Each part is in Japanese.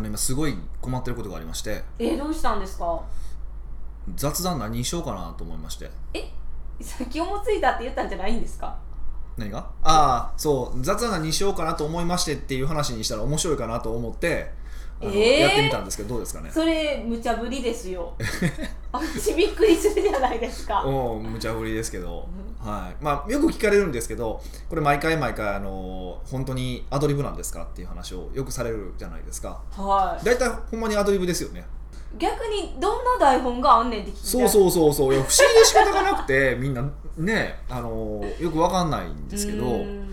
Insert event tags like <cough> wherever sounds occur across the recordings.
の今すごい困ってることがありましてえーどうしたんですか雑談何にしようかなと思いまして先をもついたって言ったんじゃないんですか何がああそう雑談何にしようかなと思いましてっていう話にしたら面白いかなと思ってあのえーやってみたんですけどどうですかねそれ無茶ぶりです <laughs> よあっちびっくりするじゃないですかお無茶ぶりですけど、はいまあ、よく聞かれるんですけどこれ毎回毎回あの本当にアドリブなんですかっていう話をよくされるじゃないですかは大体ほんまにアドリブですよねい逆にどんな台本があんねんって聞いたそうそうそうそういや不思議で仕方がなくてみんなねあのよくわかんないんですけうどーん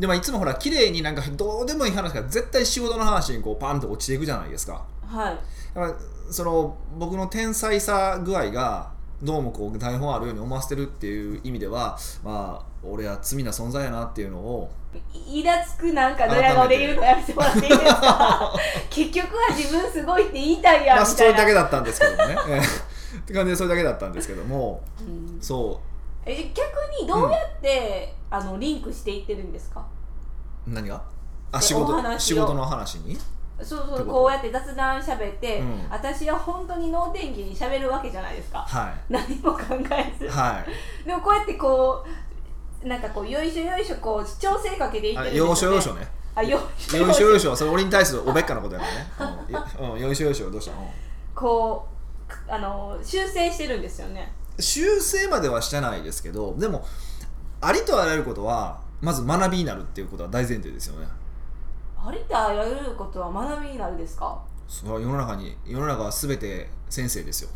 でもいつもほら綺麗になんかどうでもいい話が絶対仕事の話にこうパンと落ちていくじゃないですかはいだからその僕の天才さ具合がどうもこう台本あるように思わせてるっていう意味ではまあ俺は罪な存在やなっていうのをイラつくなんかドヤ顔で言うのやめてもらっていいですか結局は自分すごいって言いたいやんまあみそたいれな、だけだったんですけどもねええって感じでそれだけだったんですけどもうんそえ逆にどうやって、あのリンクしていってるんですかう何があで仕お事話を仕事の話にそうってそうことこうやって雑談しゃべって、うん私は本当に能天気にしゃべるわけじゃないですかは何も考えずいはいでもこうやってこうなんかこうよいしょよいしょこう調整かけていってるあんですよ、ね、要所要所ねあよいしょよいしょよいしょそれ俺に対するおべっかなことやからね、うんいうん、よいしょよいしょどうしたの、こうくあの修正してるんですよね修正まではしてないですけどでもありとあらゆることはまず学びになるっていうことは大前提ですよねありとあらゆることは学びになるですかそれは世の中に世の中は全て先生ですよ、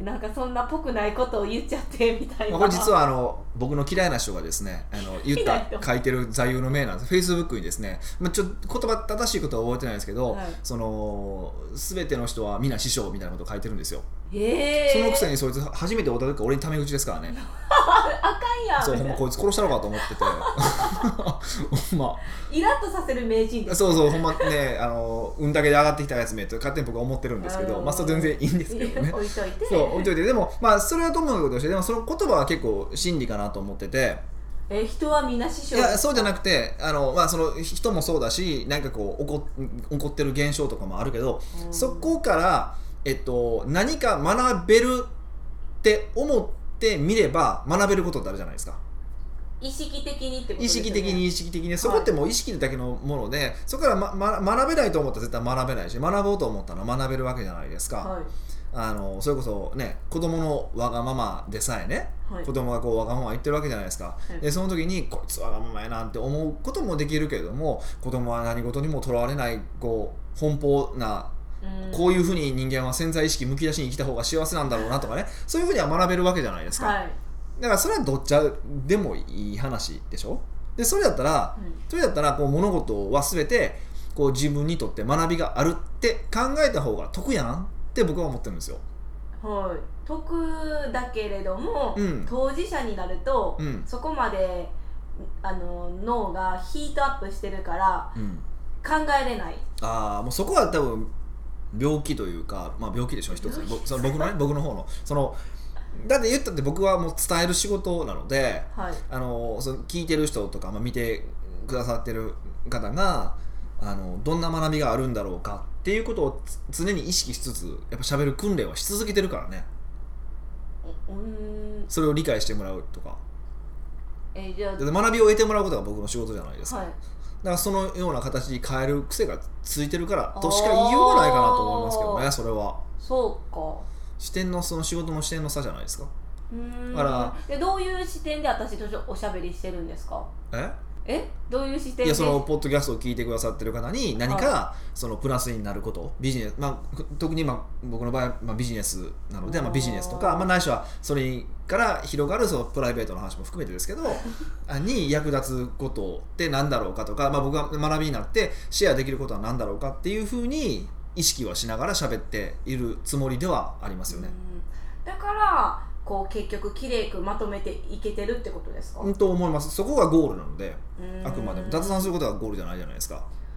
なんかそんなぽくないことを言っちゃってみたいまな、あ、これ実はあの僕の嫌いな人がですねあの言っ嫌いなた人書いてる座右の銘なんですフェイスブックにですね、まあ、ちょっと言葉正しいことは覚えてないですけど、はいその全ての人は皆師匠みたいなことを書いてるんですよ、えー、そのくせにそいつ初めて会った時から俺にタメ口です <laughs> からねあかんやんそうみほんまたいなこいつ殺したのかと思ってて <laughs> ほんまイラッとさせる名人ですそうそうほんまねあの運だけで上がってきたやつめと勝手に僕は思ってるんですけあどーまあそれ全然いいんですけどね置いといてそう置いといてでもまあそれはともかくとしてでもその言葉は結構真理かなと思っててえー人はみんな師い匠やそうじゃななくてあのまあその人もそうだしなんかこう怒っ怒ってる現象とかもあるけどうんそこからえっと何か学べるって思ってみれば学べることってあるじゃないですか意識的にってこと意ですよね識的に意識的にそこってもう意識だけのもので、そこから、まま、学べないと思ったら絶対学べないし学ぼうと思ったら学べるわけじゃないですか、はあのそれこそね子供のわがままでさえねいはい子供がこうわがまま言ってるわけじゃないですか、はいでその時にこいつわがままやなって思うこともできるけれども子供は何事にもとらわれないこう奔放なうんこういうふうに人間は潜在意識むき出しに生きた方が幸せなんだろうなとかねそういうふうには学べるわけじゃないですか、はいだからそれはどっちでもいい話でしょでそれだったらうんそれだったらこう物事は全てこう自分にとって学びがあるって考えた方が得やんって僕は思ってるんですよ。はい、得だけれども、うん当事者になると、うんそこまであの脳がヒートアップしてるからうん、考えれないああもうそこは多分病気というか、まあ、病気でしょ一つ病気ぼその僕のね僕の方のそのだって言ったって僕はもう伝える仕事なのではいあのその聞いてる人とか、まあ、見てくださってる方があのどんな学びがあるんだろうかっていうことをつ常に意識しつつやっぱ喋る訓練はし続けてるからねううーんそれを理解してもらうとかえーじゃあだって学びを得てもらうことが僕の仕事じゃないですか、はいだからそのような形に変える癖がついてるからとしか言いようがないかなと思いますけどねあそれはそうか視点のその仕事の視点の差じゃないですかうーんあらでどういう視点で私とおしゃべりしてるんですかええどういう視点でいやそのポッドキャストを聞いてくださってる方に何かそのプラスになることビジネス、まあ、特にまあ僕の場合はまあビジネスなので、まあ、ビジネスとか、まあ、ないしはそれから広がるそのプライベートの話も含めてですけ <laughs> どあに役立つことって何だろうかとか、まあ、僕が学びになってシェアできることは何だろうかっていうふうに意識はしながら喋っているつもりではありますよね。うんだからこう結局きれいくまとめていけてるってことですか、うん、と思いますそこがゴールなのであくまでも雑談すすることがゴールじゃないじゃないですか。る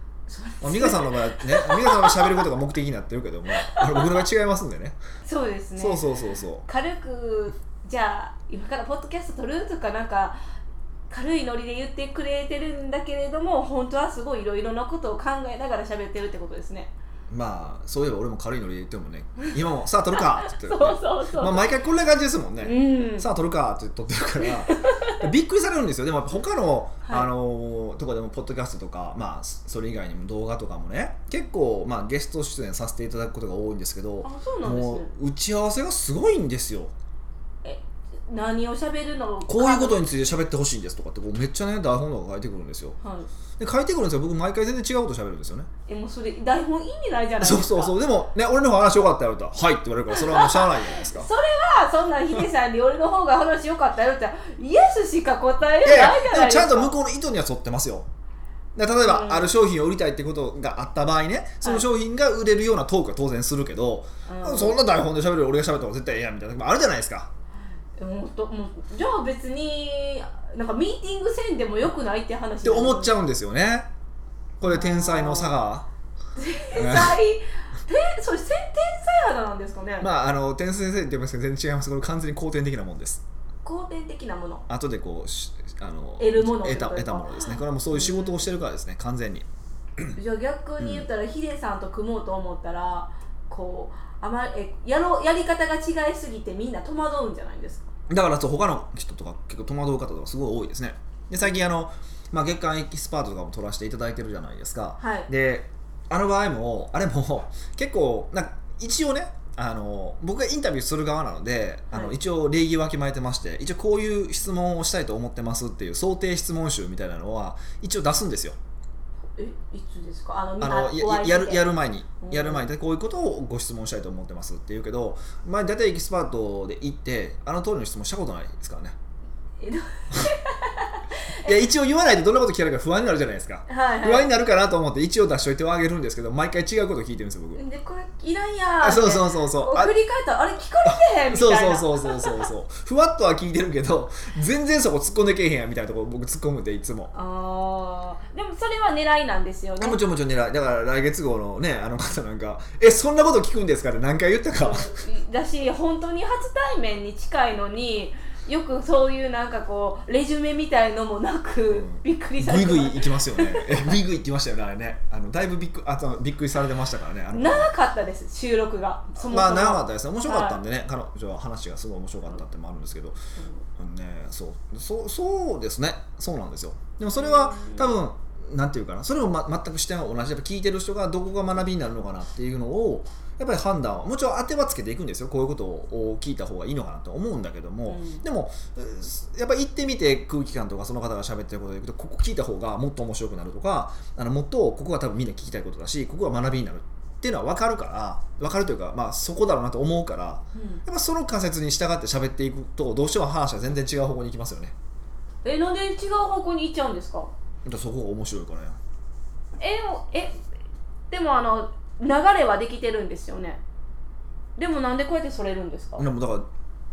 まあ、美香さんの場 <laughs> 合はね、美香さんが喋ることが目的になってるけども、あれ僕の場合違いますんでね。そうですねそうそうそうそ軽くじゃあ今からポッドキャスト撮るとかなんか軽いノリで言ってくれてるんだけれども本当はすごいいろいろなことを考えながら喋ってるってことですねまあそういえば俺も軽いノリで言ってもね今も「さあ撮るか」って言そっうて、ねそうそう、まあ、毎回こんな感じですもんね、うんさあ撮るかって撮ってるから <laughs> びっくりされるんですよでもやっぱ他の、はいあのーとかでもポッドキャストとか、まあ、そそれ以外にも動画とかもね結構、まあ、ゲスト出演させていただくことが多いんですけどあそうなんですもねう打ち合わせがすごいんですよ何を喋るのかこういうことについて喋ってほしいんですとかってこうめっちゃね台本とか書いてくるんですよはいで書いてくるんですよ僕毎回全然違うこと喋るんですよねえもうそれ台本意味ない <laughs> じゃないですそうそうかそううでもね俺の方話よかったよって言ったら「はい」って言われるからそれ <laughs> はもうしゃあないじゃないですかそれはそんなんヒデさんに俺の方が話良かったよってイエスしか答えよいうや <laughs> ないいやでじゃないもでちすゃんかと向こうの意図には沿ってますよだから例えば、うんある商品を売りたいってことがあった場合ねその商品が売れるようなトークは当然するけど、うんそんな台本で喋るより俺が喋った方が絶対ええやんみたいなのもあるじゃないですかもうともうじゃあ別になんかミーティングせんでもよくないって話って思っちゃうゃうんですよねこれ天才の差が天才天それせ天才肌なんですかね、まああの天才先生って言いますけど全然違いますこれ完全に後天的なもんです後天的なもの後でこうしあの得るもの得た得たものですねこれはもうそういう仕事をしてるからですね完全にじゃあ逆に言ったら、ヒデさんと組もうと思ったらこうあまりえやろうやり方が違いすぎてみんな戸惑うんじゃないですかだからそう他の人とか結構戸惑う方とかすごい多いですねで最近あの、まあ、月間エキスパートとかも取らせていただいてるじゃないですかはいであの場合もあれも結構なんか一応ねあの僕がインタビューする側なので、あのはい一応礼儀をわきまえてまして一応こういう質問をしたいと思ってますっていう想定質問集みたいなのは一応出すんですよえいつですかあのみんあなのやお会ややいしるてやる前にうんやる前にでこういうことをご質問したいと思ってますって言うけど前大体エキスパートで行ってあの通りの質問したことないですからねえどいや一応言わないとどんなこと聞かれるか不安になるじゃないですかはい不は安いになるかなと思って一応出しといてはあげるんですけど毎回違うこと聞いてるんですよ僕でこれいらんやーあそううそうそうそうあ振り返ったらあれ聞かれてへんみたそいうなそうそうそうそうそうふわっとは聞いてるけど全然そこ突っ込んでけえへんやみたいなとこ僕突っ込むんでいつもあーでもそれは狙いなんですよねもちろんもちろん狙いだから来月号のねあの方なんか「えそんなこと聞くんですか?」って何回言ったかだし本当に初対面に近いのによくそういうなんかこうレジュメみたいのもなく、うんびっくりさグれイてグイます行きますよね。えグイグイ行きましたよね、あれね。あのだいぶびっくあとびっくりされてましたからね。あの長かったです収録がそもそまもあ長かったですね。面白かったんでね、彼女は話がすごい面白かったってのもあるんですけど、うんね、そうそうそうですね、そうなんですよ。でもそれは多分、なんていうかな、それも、ま、全く視点は同じ、やっぱ聞いてる人がどこが学びになるのかなっていうのを、やっぱり判断は、もちろん当てはつけていくんですよ、こういうことを聞いた方がいいのかなと思うんだけども、うんでも、やっぱ行ってみて空気感とかその方が喋ってることでいくとここ聞いた方がもっと面白くなるとかあのもっとここが多分みんな聞きたいことだしここが学びになるっていうのは分かるから分かるというか、まあ、そこだろうなと思うからやうんっぱその仮説に従って喋っていくとどうしても話は全然違う方向に行きますよねえなんで違う方向に行っちゃうんですかだからそこが面白いからよえでもえでもあの流れはできてるんですよねでもなんでこうやってそれるんですかでもだから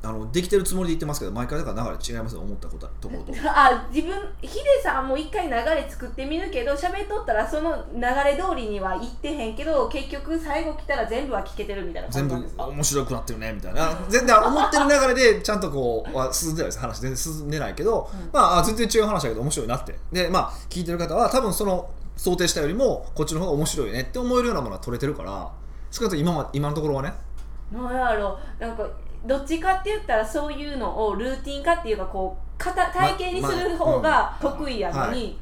あのできてるつもりで言ってますけど毎回だから流れ違いますよ思ったことところと <laughs> あ自分ヒデさんも一回流れ作ってみるけど喋っとったらその流れ通りにはいってへんけど結局最後来たら全部は聞けてるみたいな全感部じなんですか面白くなってるねみたいなあ全然思ってる流れでちゃんとこうは進んでないです話全然進んでないけど、うんまああ全然違う話だけど面白いなってでまあ聞いてる方は多分その想定したよりもこっちの方が面白いねって思えるようなものは取れてるから少なくとも今は今のところはねなんやろなんかどっちかって言ったらそういうのをルーティン化っていうかこう型体型にする方がまま得意やのに、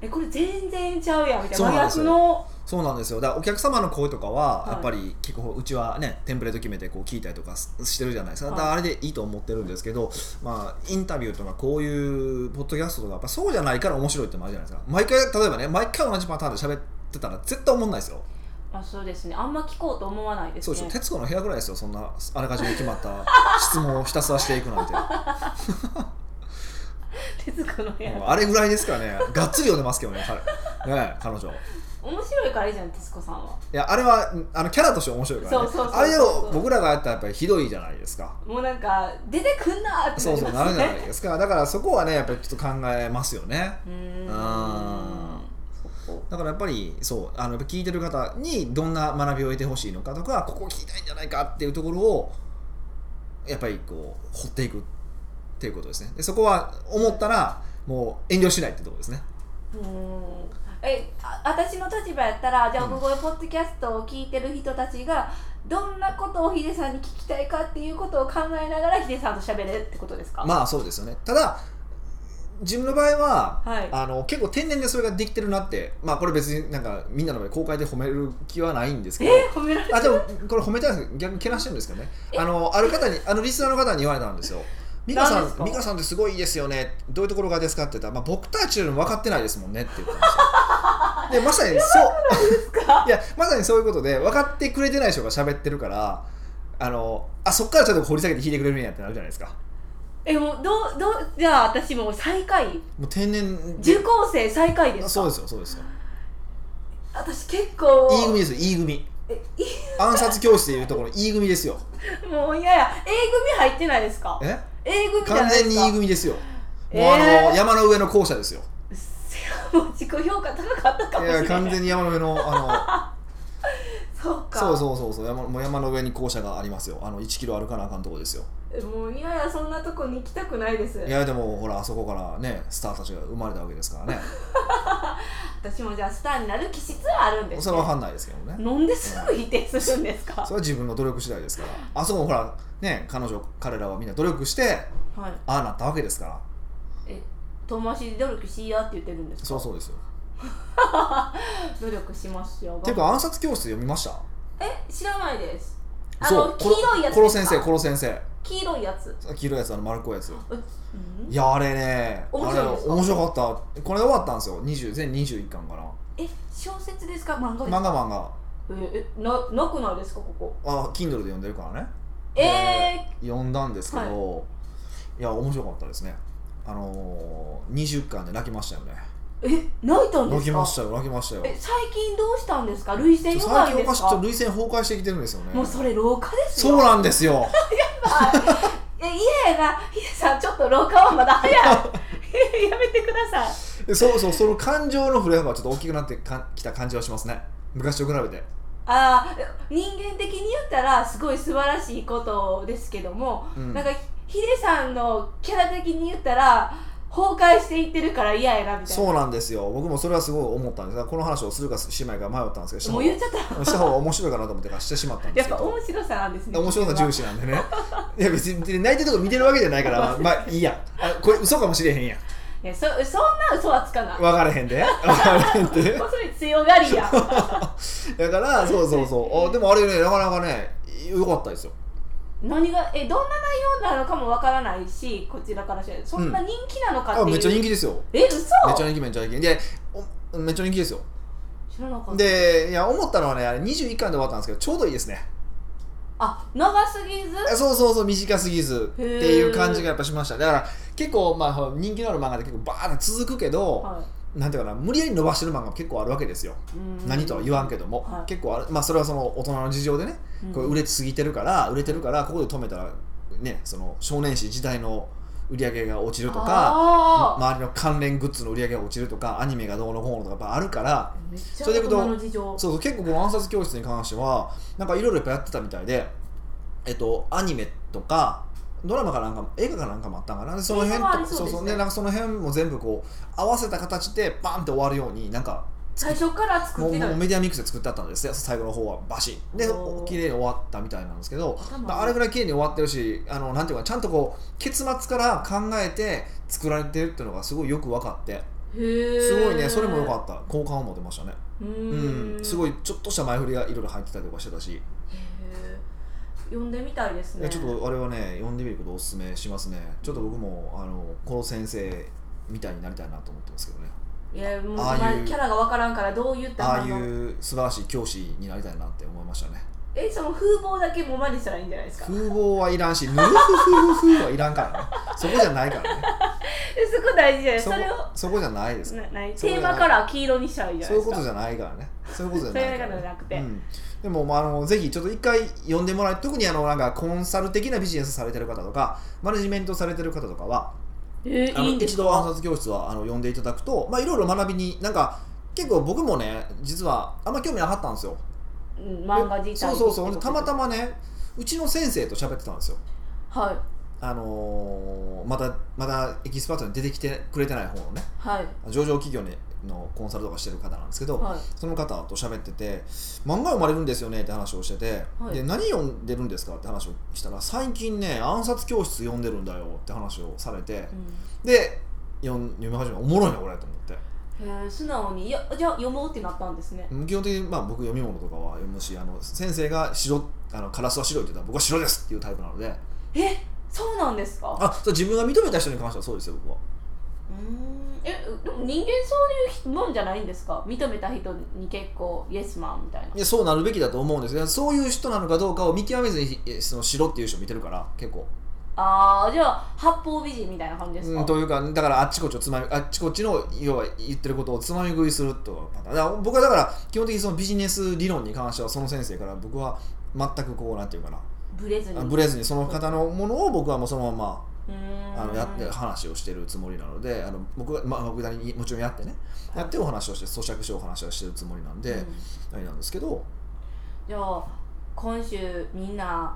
はえこれ全然ちゃうやんみたいそうななんで真す逆よのそうなんですよだからお客様の声とかははいやっぱり結構うちはねテンプレート決めてこう聞いたりとかすしてるじゃないですかはだかいらあれでいいと思ってるんですけど、まあ、インタビューとかこういうポッドキャストとかやっぱそうじゃないから面白いってのもあるじゃないですか毎回例えばね毎回同じパターンで喋ってたら絶対思んないですよあそうですねあんま聞こうと思わないですそうねでしょ徹子の部屋ぐらいですよそんなあらかじめ決ま <laughs> った質問をひたすらしていくなんて徹子の部屋もうあれぐらいですからねがっつり読んでますけどね彼ね彼女い面白いからいいじゃん徹子さんはやあれはあのキャラとして面白いからねそうそうそうそうあれを僕らがやったらやっぱりひどいじゃないですかもうなんか出てくんなーってそうそうななるりじまゃすないねですかだからそこはねやっぱりちょっと考えますよねうーんあそこだからやっぱりそうあのやっぱ聞いてる方にどんな学びを得てほしいのかとかここ聞きたいんじゃないかっていうところをやっぱりこう掘っていくっていうことですねでそこは思ったらもう遠慮しないってところですねうーんえあ私の立場やったらじゃあ奥越えポッドキャストを聞いてる人たちがどんなことをヒデさんに聞きたいかっていうことを考えながらヒデさんと喋れるってことですか、まあそうですよねただ自分の場合は、はいあの結構天然でそれができてるなってまあこれ別になんかみんなの前で公開で褒める気はないんですけどえー、褒められあでもこれ褒めたいんですけど逆にけなしてるんですけどねあのある方にあのリスナーの方に言われたんですよ「美香さ何ですかん美香さんってすごいいいですよねどういうところがですか?」って言ったら、まあ「僕たちよりも分かってないですもんね」って言ったん <laughs> ですよでまさにそう <laughs> いやまさにそういうことで分かってくれてない人が喋ってるからあのあそっからちょっと掘り下げて聞いてくれるんやってなるじゃないですかえもうどうどうじゃあ私もう最下位もう天然受講生最下位ですかそうですよそうですよ私結構 E 組ですよ E 組えい暗殺教室でいうところの E 組ですよもういやいや A 組入ってないですかえ A 組じゃ完ない全でにすか E 組ですよもうあの、えー山の上の校舎ですようっせえもう <laughs> 自己評価高かったかいもしれなやい完全に山の上のあそうのかそうそうそうそう山もう山の上に校舎がありますよあの1キロ歩かなあかんとこですよえもういやいやそんなとこに行きたくないですいやでもほらあそこからねスターたちが生まれたわけですからね私もじゃあスターになる気質はあるんですそれは分かんないですけどねなんですぐ否定するんですかそれは自分の努力次第ですからあそこもほらね彼女彼らはみんな努力してはいああなったわけですからえ遠回しで努力しやって言ってるんですかそうそうですよ努力しますよていうか暗殺教室読みましたえ知らないですあそのう黄色いやつコでロす先か生コロ先生黄色いやつ黄色いやつあの丸っこいやつううんいやあれね面あ白れいですか面白かったこれ終わったんですよ20全21巻かなえ小説ですか漫画ですか漫画漫画ええななくないですかここあ Kindle で読んでるからねえええ読んだんですけど、い、や面白かったですねあのー、20巻で泣きましたよねー、え泣いたんで泣すきかましたよ泣きましたよえ最近どうしたんですか涙腺最弱い近おでかすしいちょっかと涙腺崩壊してきてるんですよねもうそれ老化ですよそうなんですよえいやなヒデさんちょっと老化はまだ早い <laughs> やめてくださいそうそうその感情の振れ幅がちょっと大きくなってかきた感じはしますね昔と比べてあー人間的に言ったらすごい素晴らしいことですけども、うんなんかヒデさんのキャラ的に言ったら崩壊していってるから嫌やなみたいそうなんですよ僕もそれはすごい思ったんですだからこの話をするかしまいか迷ったんですけどしたなも方うが言っちゃったした方が面白いかなと思ってからしてしまったんでやすっけぱど面白さなんですね面白さ重視視なんでねいや別に泣いてるとこ見てるわけじゃない <laughs> からまあいいやあこれ嘘かもしれへんやんいやそそんな嘘はつかない分かれへんで分かれへんでもうそれ強がりやだからそうそうそうあでもあれねなかなかね良かったですよ何がえどんな内容なのかもわからないしこちらからしてそんな人気なのかっていう、あめっちゃ人気ですよえ嘘めっちゃ人気めっちゃ人気でおめっちゃ人気ですよ知らなかったでいや思ったのはねあれ21巻で終わったんですけどちょうどいいですねあ長すぎずあそうそうそう短すぎずっていう感じがやっぱしましただから結構まあ人気のある漫画で結構バーって続くけど、はなんていうかな無理やり伸ばしてる漫画も結構あるわけですよいうん何とは言わんけども、はい結構あるまあそれはその大人の事情でねこれ売れすぎてるから売れてるからここで止めたらねその少年誌時代の売り上げが落ちるとかあー周りの関連グッズの売り上げが落ちるとかアニメがどうのこうのとかやっぱあるからめっちゃそれでい大くと人の事情そうそう結構この暗殺教室に関してはなんかいろいろやっぱやってたみたいでえっとアニメとかドラマかなんかも映画かなんかもあったんかなでその辺映画もあとりそうですねねなんかその辺も全部こう合わせた形でバンって終わるようになんか最初から作もっうてたもうのメディアミックスで作ってあったんですよ最後の方はバシッでおー綺麗に終わったみたいなんですけど頭があれぐらい綺麗に終わってるしあのなんていうかちゃんとこう結末から考えて作られてるっていうのがすごいよく分かってへえすごいねそれも良かった好感を持てましたねううんーんすごいちょっとした前振りがいろいろ入ってたりとかしてたし、へえ読んでみたいですいやねちょっとあれはね読んでみることをおすすめしますねちょっと僕もあのこの先生みたいになりたいなと思ってますけどねいやもうああいうまあキャラがわからんからどう言ったあらあいいいのう素晴らしい教師になりたいなって思いましたねえその風貌だけもまねしたらいいんじゃないですか風貌はいらんし、ぬるふふふふはいらんからね。そこじゃないからね。えそこ大事じゃないそそこれをそこじゃないです。なないそこじゃテーないマカラー黄色にしたらいいじゃそなういいうこですとかじゃないからね。そういうことじゃないから、そういうことじゃなくてうんでも、まあ、あのぜひちょっと一回呼んでもらい特にあのなんかコンサル的なビジネスされてる方とかマネジメントされてる方とかはえあーのいいんです一度暗か殺教室はあの呼んでいただくと、まあ、いろいろ学びになんか結構僕もね実はあんま興味なかったんですようん漫画自そ体うそうそうたまたままねうちの先生と喋ってたんですよはいあのーまだまだエキスパートに出てきてくれてない方のねはい上場企業にのコンサルとかしてる方なんですけど、はいその方と喋ってて漫画読まれるんですよねって話をしてて、はいで何読んでるんですかって話をしたら最近ね暗殺教室読んでるんだよって話をされてで読ん読み始めおもろいなこれと思ってうんへえ素直にいやじゃあ読もうってなったんですね基本的にまあ僕読み物とかは読むしあの先生が白あのカラスは白いって言ったら僕は白ですっていうタイプなのでえそうなんですかあそう自分が認めた人に関してはそうですよ僕はうーんえでも人間そういうもんじゃないんですか認めた人に結構イエスマンみたいなでそうなるべきだと思うんですけどそういう人なのかどうかを見極めずにえその白っていう人を見てるから結構ああじゃあ八方美人みたいな感じですか、うん、というかだからあっちこっちをつまみあっちこっちの要は言ってることをつまみ食いするとだから僕はだから基本的にそのビジネス理論に関してはその先生から僕は全くこうなんていうかなブレずにあブレずにその方のものを僕はもうそのままうーんあのやって話をしてるつもりなのであの僕は、まあ、僕なりにもちろんやってねやってお話をして咀嚼してお話をしてるつもりなんで、うんあれなんですけどじゃあ今週みんな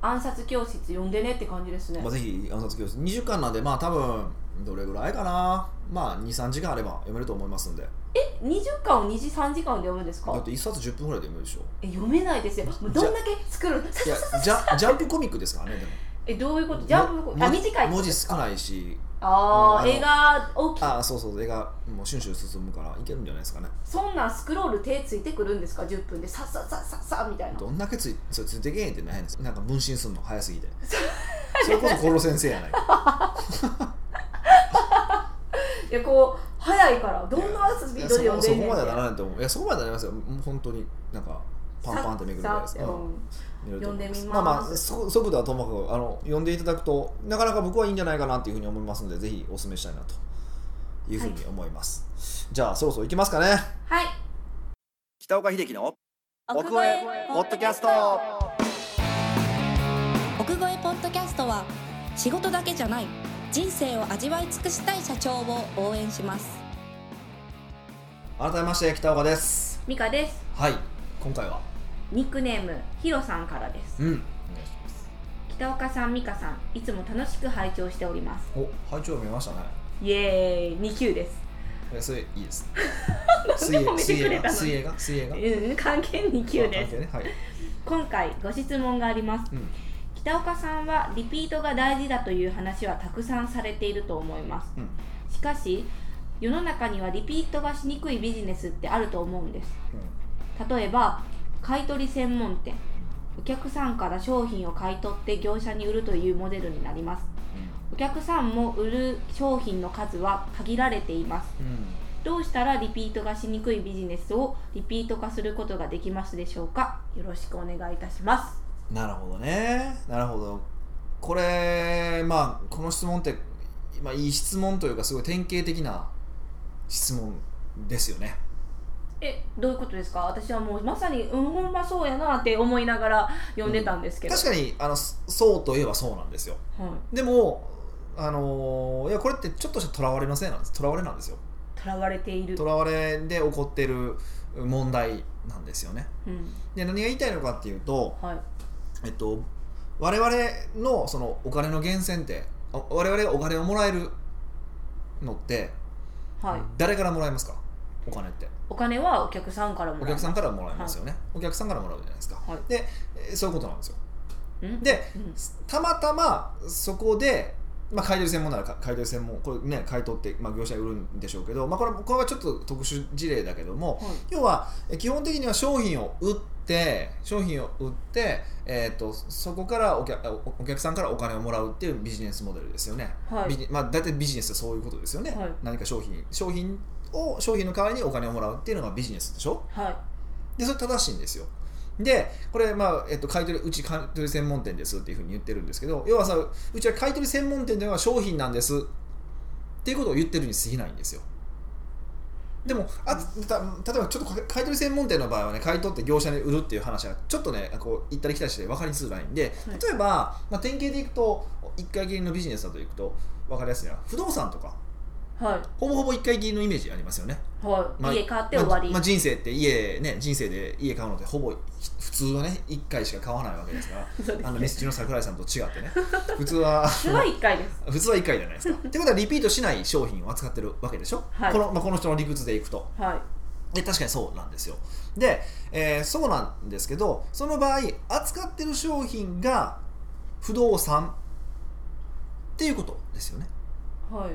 暗殺教室呼んでねって感じですね、まあ、ぜひ暗殺教室2時間なんでまあ多分どれぐらいかなまあ23時間あれば読めると思いますんでえ二20巻を2時3時間で読むんですだかって1冊10分ぐらいで読めるでし <laughs> ょえ読めないですよもうどんだけ作るいやジャジャンプコミックですからねでもえどういうことジャンもプあ短い文字少いないしうんあああの映画大きいあそうそう映画もうシュンシュン進むからいけるんじゃないですかねそんなんスクロール手ついてくるんですか10分でさっさっさっさっさみたいなどんだけついそれついてけへんってないんですなんか分身するの早 <laughs> すぎてそれこそコロ先生やないかいやこう早いからどんなスいピーやドそで読んこそこでんねんまではならないと思ういやそこまではなりますよもう本当になんかパンパンってめくるぐらいですさっさっうんうん見れると思い読んでみますまあまあそ速度はともかくあの読んでいただくとなかなか僕はいいんじゃないかなっていうふうに思いますのでぜひお勧めしたいなというふうに思います、じゃあそろそろ行きますかねはい北岡秀樹の奥越えポッドキャスト奥越えポッドキャストは仕事だけじゃない人生を味わい尽くしたい社長を応援します改めまして北岡ですミカですはい今回はニックネームヒロさんからですうんお願いし北岡さんミカさんいつも楽しく拝聴しておりますますお配置を見ましたねイエーイ2級ですえそれいいです <laughs> 水何でも泳見て水くれ泳たがの水泳が水泳がうん関係2級であ関係すねはい今回ご質問がありますうん北岡さんはリピートが大事だという話はたくさんされていると思いますうんしかし世の中にはリピートがしにくいビジネスってあると思うんです例えば買い取り専門店お客さんから商品を買い取って業者に売るというモデルになりますお客さんも売る商品の数は限られていますうんうんうんどうしたらリピートがしにくいビジネスをリピート化することができますでしょうかよろしくお願いいたしますなるほどねなるほどこれまあこの質問って、まあ、いい質問というかすごい典型的な質問ですよねえどういうことですか私はもうまさにうんほんまそうやなって思いながら読んでたんですけど、確かにあのそそうといえばそうなんですよはいでもあのーいやこれってちょっとしたとらわれのせいなんですとらわれなんですよ囚われているとらわれで起こってる問題なんですよねうんで何が言いたいのかっていうと、はいえっと、我々のそのお金の源泉ってあ我々がお金をもらえるのってはい誰からもらえますかお金ってお金はお客さんからもおらえ客ますさんからもらえますよね、お客さんからもらうじゃないですか、はいでえーそういうことなんですよんでうんたまたまそこで、まあ、買い取り専門ならか買い取り専門これね買い取って、まあ、業者に売るんでしょうけど、まあ、これこれはちょっと特殊事例だけども、はい要はえ基本的には商品を売って商品を売って、えー、とそこからお客おお客さんからお金をもらうっていうビジネスモデルですよね、はいビジまあ、大体ビジネスってそういうことですよね、はい何か商品商品を商品の代わりにお金をもらうっていうのがビジネスでしょ、はいでそれ正しいんですよでこれまあ、えっと、買い取りうち買い取り専門店ですっていうふうに言ってるんですけど要はさうちは買い取り専門店では商品なんですっていうことを言ってるに過ぎないんですよでもあた例えばちょっと買い取り専門店の場合はね買い取って業者に売るっていう話がちょっとねこう行ったり来たりして分かりづらいんではい例えば、まあ、典型でいくと一回限りのビジネスだといくと分かりやすいのは不動産とかはほぼほぼ一回きりのイメージありますよね、いはい、まあ家買って終わり、 <laughs> まあ、人生って家ね人生で家買うのってほぼ普通はね1回しか買わないわけですからそうですあのミスチルの桜井さんと違ってね普通 <laughs> はすごい1回です普通は1回じゃないですか。ってことはリピートしない商品を扱ってるわけでしょ、はいこのまあ、この人の理屈でいくと。はで確かにそうなんですよ。で、えーそうなんですけどその場合扱ってる商品が不動産っていうことですよね。いはい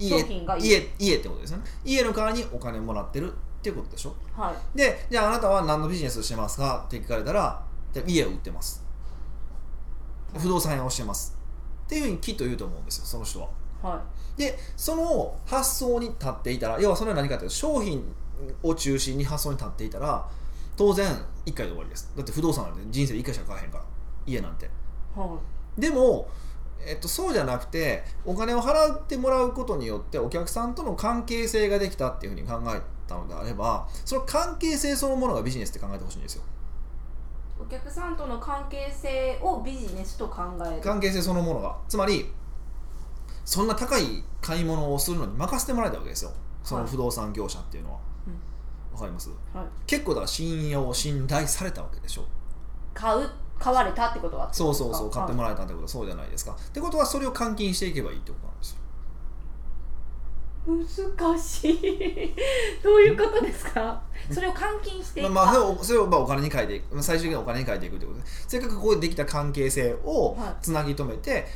家商品が家家家ってことですよね。家の代わりにお金もらってるっていうことでしょ。はいでじゃああなたは何のビジネスをしてますかって聞かれたらで家を売ってます。不動産屋をしてます。っていうふうにきっと言うと思うんですよその人は。はでその発想に立っていたら要はそれは何かというと商品を中心に発想に立っていたら当然1回で終わりですだって不動産なんて人生で1回しか買えへんから家なんていはでも、えっと、そうじゃなくてお金を払ってもらうことによってお客さんとの関係性ができたっていうふうに考えたのであればその関係性そのものがビジネスって考えてほしいんですよいお客さんとの関係性をビジネスと考える関係性そのものがつまりそんな高い買い物をするのに任せてもらえたわけですよその不動産業者っていうのは、うんわかりますはい結構だから信用信頼されたわけでしょ買う買われたってことはそうそうそう買ってもららえたってことはそうじゃないですかってことはそれを換金していけばいいってことなんですよう難しいどういうことですかそれを換金していくまあ、まあ、それをそれをまあお金に変えていくまあ最終的にはお金に変えていくってことでせっかくここでできた関係性をはいつなぎ止めて、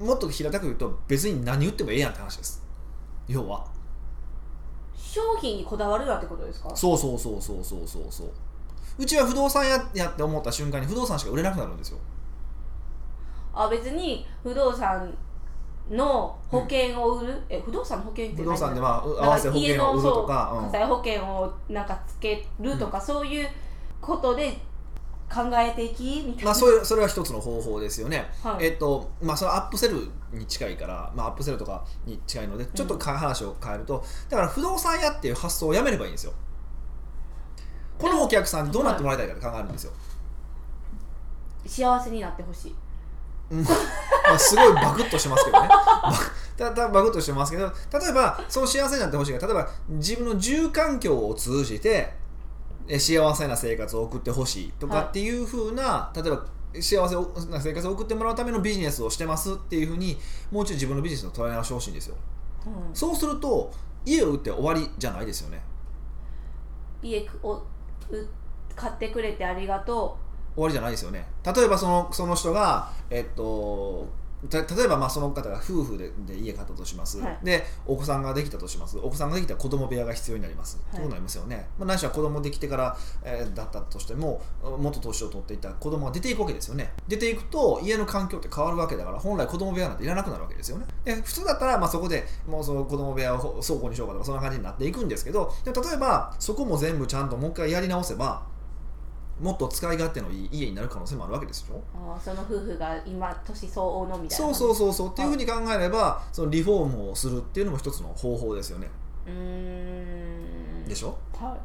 もっと平たく言うと別に何売ってもええやんって話です要は商品にこだわるなってことですかそうそうそうそうそうそうそううちは不動産ややって思った瞬間に不動産しか売れなくなるんですよあ別に不動産の保険を売る、え不動産の保険って不動産ではは合わせ保険を売るとか火うん災保険をなんかつけるとか、そういうことで考えていきみたいな、まあ、それそれは一つの方法ですよねはいえっとまあ、それはアップセルに近いから、まあ、アップセルとかに近いのでちょっとか話を変えると、だから不動産屋っていう発想をやめればいいんですよこのお客さんにどうなってもらいたいかって考えるんですよ、幸せになってほしいうんまあ、すごいバクッとしてますけどねばただバクッとしてますけど例えばその幸せになってほしいが例えば自分の住環境を通じてえ幸せな生活を送ってほしいとかはいっていうふうな、例えば幸せな生活を送ってもらうためのビジネスをしてますっていうふうにもう一度自分のビジネスを捉え直してほしいんですようんそうすると家を売って終わりじゃないですよね家をう買ってくれてありがと終わりじゃないですよね例えばそのその人がえっとた例えばまあその方が夫婦でで家買ったとします、はいでお子さんができたとしますお子さんができたら子供部屋が必要になります、はいそうなりますよね、まあ、ないしは子供できてから、えーだったとしてももっと年を取っていったら子供が出ていくわけですよね出ていくと家の環境って変わるわけだから本来子供部屋なんていらなくなるわけですよねで普通だったらまあそこでもうその子供部屋を倉庫にしようかとかそんな感じになっていくんですけどでも例えばそこも全部ちゃんともう一回やり直せばもっと使い勝手のいい家になる可能性もあるわけですよ。うあーその夫婦が今年相応のみたいなそうそうそそうそうっていうふうに考えればそのリフォームをするっていうのも一つの方法ですよね。ううーんでしょは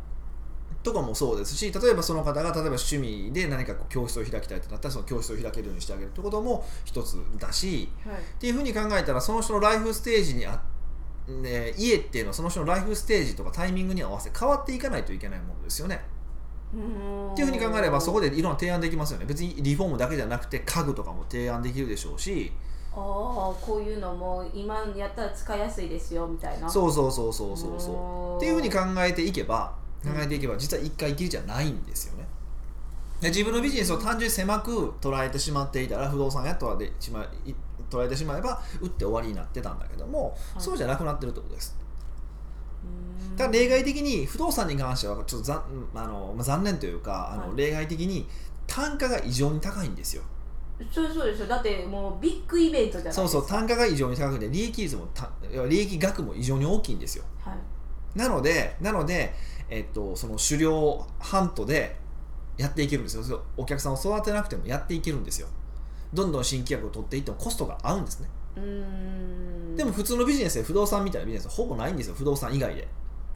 とかもそうですし例えばその方が例えば趣味で何かこう教室を開きたいってなったらその教室を開けるようにしてあげるってことも一つだしい、はい、っていうふうに考えたらその人のライフステージにあ、ね、家っていうのはその人のライフステージとかタイミングに合わせて変わっていかないといけないものですよね。うーんっていうふうに考えればそこでいろんな提案できますよね別にリフォームだけじゃなくて家具とかも提案できるでしょうしああこういうのも今やったら使いやすいですよみたいなうそうそうそうそうそうそううっていうふうにか考えていけばう考んえていけば実は一回きりじゃないんですよねで自分のビジネスを単純に狭く捉えてしまっていたら不動産やとはでしまい捉えてしまえば売って終わりになってたんだけども、はいそうじゃなくなってるってことですただ例外的に不動産に関してはちょっとざんあのまあ残念というかあの、はい例外的に単価が異常に高いんですよそうそうですよだってもうビッグイベントじゃないですそうそう単価が異常に高くて利益率もた利益額も異常に大きいんですよはいなので、なので、えっと、その狩猟半島でやっていけるんですよ。そうお客さんを育てなくてもやっていけるんですよ。どんどん新規約を取っていってもコストが合うんですね。うーんでも普通のビジネスで不動産みたいなビジネスはほぼないんですよ。不動産以外で。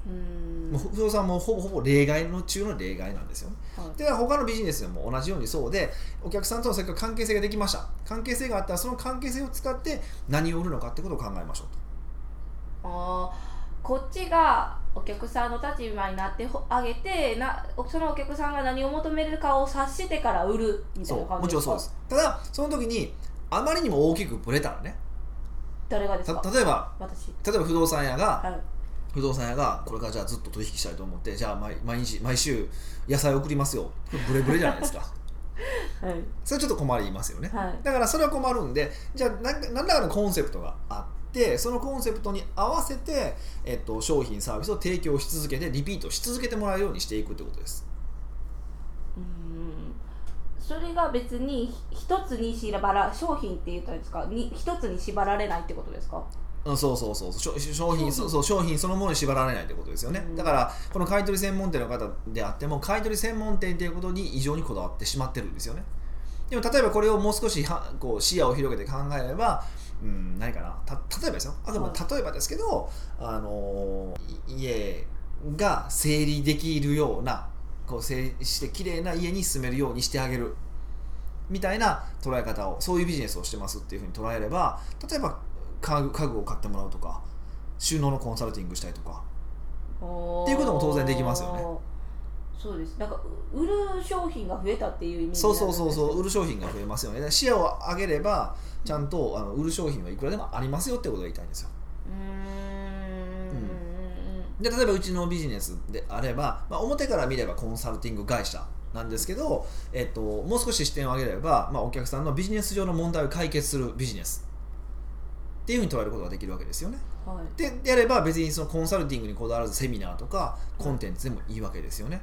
うーんもう不動産もほぼほぼ例外の中の例外なんですよね。はいで他のビジネスでも同じようにそうでお客さんとのせっかく関係性ができました関係性があったらその関係性を使って何を売るのかってことを考えましょうとあーこっちがお客さんの立場になってほあげてなそのお客さんが何を求めるかを察してから売るみたいそなう感もちじろでんすそうかですただその時にあまりにも大きくブレたらね誰がですたか例えば私例えば不動産屋がはい不動産屋がこれからじゃあずっと取引したいと思ってじゃあ毎毎日毎週野菜送りますよブレブレじゃないです <laughs> かはいそれちょっと困りますよねはいだからそれは困るんでじゃあ何か何らかのコンセプトがあってそのコンセプトに合わせて、えっと、商品サービスを提供し続けてリピートし続けてもらうようにしていくってことですうーんそれが別にひ一つに縛ら商品って言ったんですかに一つに縛られないってことですかうんそうそうそう商商品そうそう商品そのものに縛られないってことですよね、うんだからこの買い取り専門店の方であっても買い取り専門店ということに異常にこだわってしまってるんですよねでも例えばこれをもう少しはこう視野を広げて考えればうん何かなた例えばですよあくまで例えばですけど、あのーい家が整理できるようなこう整理して綺麗な家に住めるようにしてあげるみたいな捉え方をそういうビジネスをしてますっていうふうに捉えれば例えば家具家具を買ってもらうとか収納のコンサルティングしたりとかっていうことも当然できますよねそうですなんかう売る商品が増えたっていうイメージなんですそうそうそうそう売る商品が増えますよねだから視野を上げればちゃんとあの売る商品はいくらでもありますよってことが言いたいんですようーんうんで例えばうちのビジネスであれば、まあ、表から見ればコンサルティング会社なんですけど、えっと、もう少し視点を上げれば、まあ、お客さんのビジネス上の問題を解決するビジネスっていうふうに捉えることができるわけですよねはいでであれば別にそのコンサルティングにこだわらずセミナーとかコンテンツでもいいわけですよね、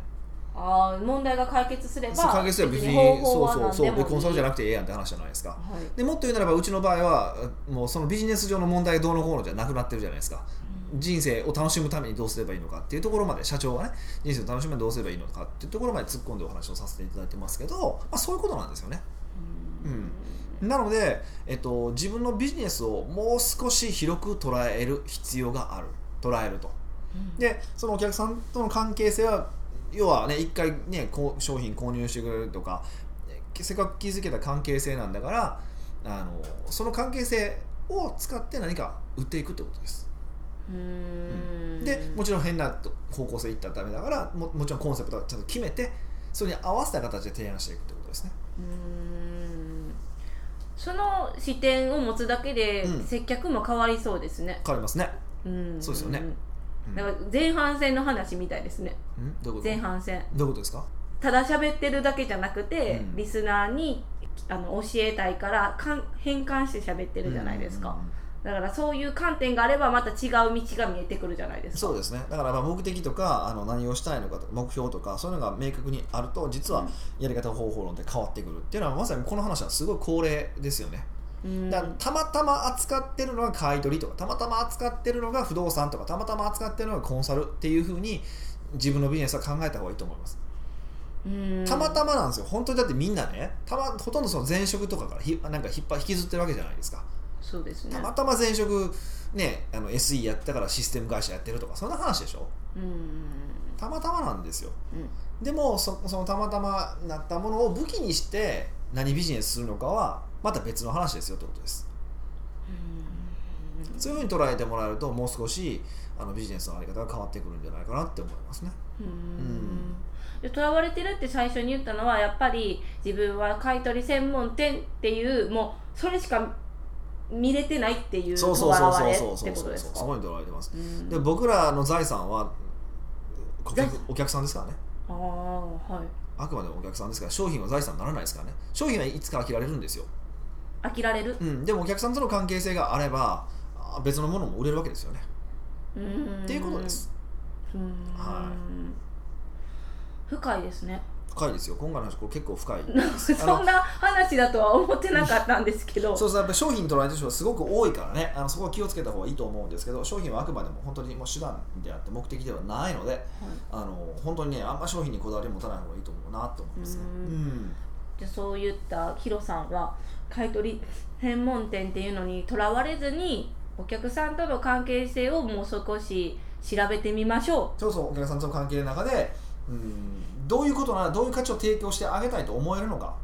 あー問題が解決すればそう解決すれば別に方法そうはそう何そうででもいいコンサルじゃなくくてええやんって話じゃないですかはいでもっと言うならばうちの場合はもうそのビジネス上の問題がどうのこうのじゃなくなってるじゃないですか人生を楽しむためにどうすればいいのかっていうところまで社長はね人生を楽しむためにどうすればいいのかっていうところまで突っ込んでお話をさせていただいてますけど、まあ、そういうことなんですよねうんなので、えっと、自分のビジネスをもう少し広く捉える必要がある捉えるとうんでそのお客さんとの関係性は要はね一回ねこう商品購入してくれるとかえせっかく築けた関係性なんだからあのその関係性を使って何か売っていくってことですうーんでもちろん変な方向性いったらダメだからももちろんコンセプトはちゃんと決めてそれに合わせた形で提案していくってことですねうーんその視点を持つだけでうん接客も変わりそうですね、変わりますね、うんそうですよねうんだから前半戦の話みたいですねんどういうこと前半戦どういうことですかただ喋ってるだけじゃなくて、うんリスナーにあの教えたいからかん変換して喋ってるじゃないですか、うんうんうんだからそういう観点があればまた違う道が見えてくるじゃないですかそうですねだからまあ目的とかあの何をしたいのかとか目標とかそういうのが明確にあると実はやり方方法論って変わってくるっていうのはまさにこの話はすごい恒例ですよね、うんだからたまたま扱ってるのが買い取りとかたまたま扱ってるのが不動産とかたまたま扱ってるのがコンサルっていうふうに自分のビジネスは考えた方がいいと思いますうんたまたまなんですよ本当にだってみんなねたまほとんどその前職とかからひなんか引っ張引きずってるわけじゃないですかそうですねたまたま前職ねあの SE やってたからシステム会社やってるとかそんな話でしょうんたまたまなんですようんでもそそのたまたまなったものを武器にして何ビジネスするのかはまた別の話ですよってことですうんそういうふうに捉えてもらえるともう少しあのビジネスのあり方が変わってくるんじゃないかなって思いますねうんでとらわれてるって最初に言ったのはやっぱり自分は買い取り専門店っていうもうそれしか見れてないっていうそうとそうらそうわそれうっそうそてうこそとうですそかこに捉えてますうんで僕らの財産は顧財客お客さんですからねああはいあくまでもお客さんですから商品は財産にならないですからね商品はいつか飽きられるんですよ、飽きられるうん、でもお客さんとの関係性があればあ別のものも売れるわけですよねっっていうことですうんは深いですね深いですよ今回の話これ結構深いそんな話だとは思ってなかったんですけどそうそうやっぱり商品捉えてる人がすごく多いからねあのそこは気をつけた方がいいと思うんですけど商品はあくまでも本当にもう手段であって目的ではないのではいあの本当にねあんま商品にこだわりを持たない方がいいと思うなと思いますねううんんじゃあそういったヒロさんは買い取り専門店っていうのにとらわれずにお客さんとの関係性をもう少し調べてみましょそうそうお客さんとの関係の中でうんどういうことならどういう価値を提供してあげたいと思えるのか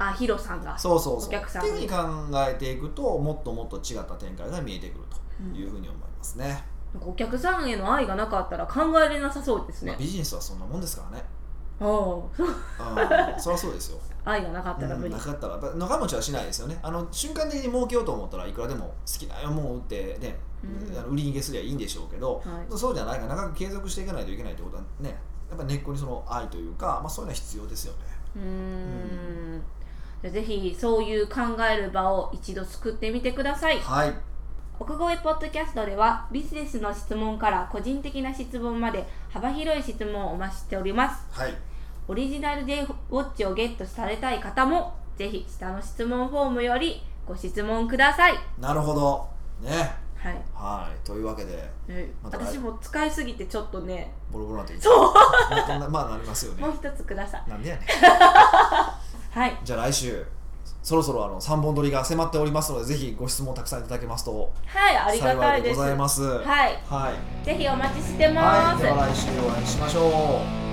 うあヒロさんがそうそうそうお客さんっにていうふうに考えていくともっともっと違った展開が見えてくるとうんいうふうに思いますね、なんかお客さんへの愛がなかったら考えれなさそうですまあ、ね。ビジネスはそんなもんです <laughs> からねああ、そうあーそりゃそうですよ、愛がなかっうたら無ん、理な。かったらやっぱ長持ちはしないですよねあの瞬間的に儲けようと思ったらいくらでも好きなもんを売ってね、うんあの売り逃げすりゃいいんでしょうけど、はいそうじゃないから長く継続していかないといけないってことはねやっぱ根っこにその愛というか、まあ、そういうのは必要ですよねうーん。じゃあぜひそういう考える場を一度作ってみてください。はい奥越ポッドキャストではビジネスの質問から個人的な質問まで幅広い質問をお待ちしております。はいオリジナル J ウォッチをゲットされたい方もぜひ下の質問フォームよりご質問ください。なるほどねはい。はいというわけでえまた来私も使いすぎてちょっとね、ボロボロなんて言ってそう。まあまあなりますよね <laughs> もう一つください。なんでやねんはい。じゃあ来週そろそろあの3本撮りが迫っておりますのでぜひご質問たくさんいただけますとはい、ありがた幸いいで。ですございます。はいはい、ぜひお待ちしてます。はい、では来週お会いしましょう。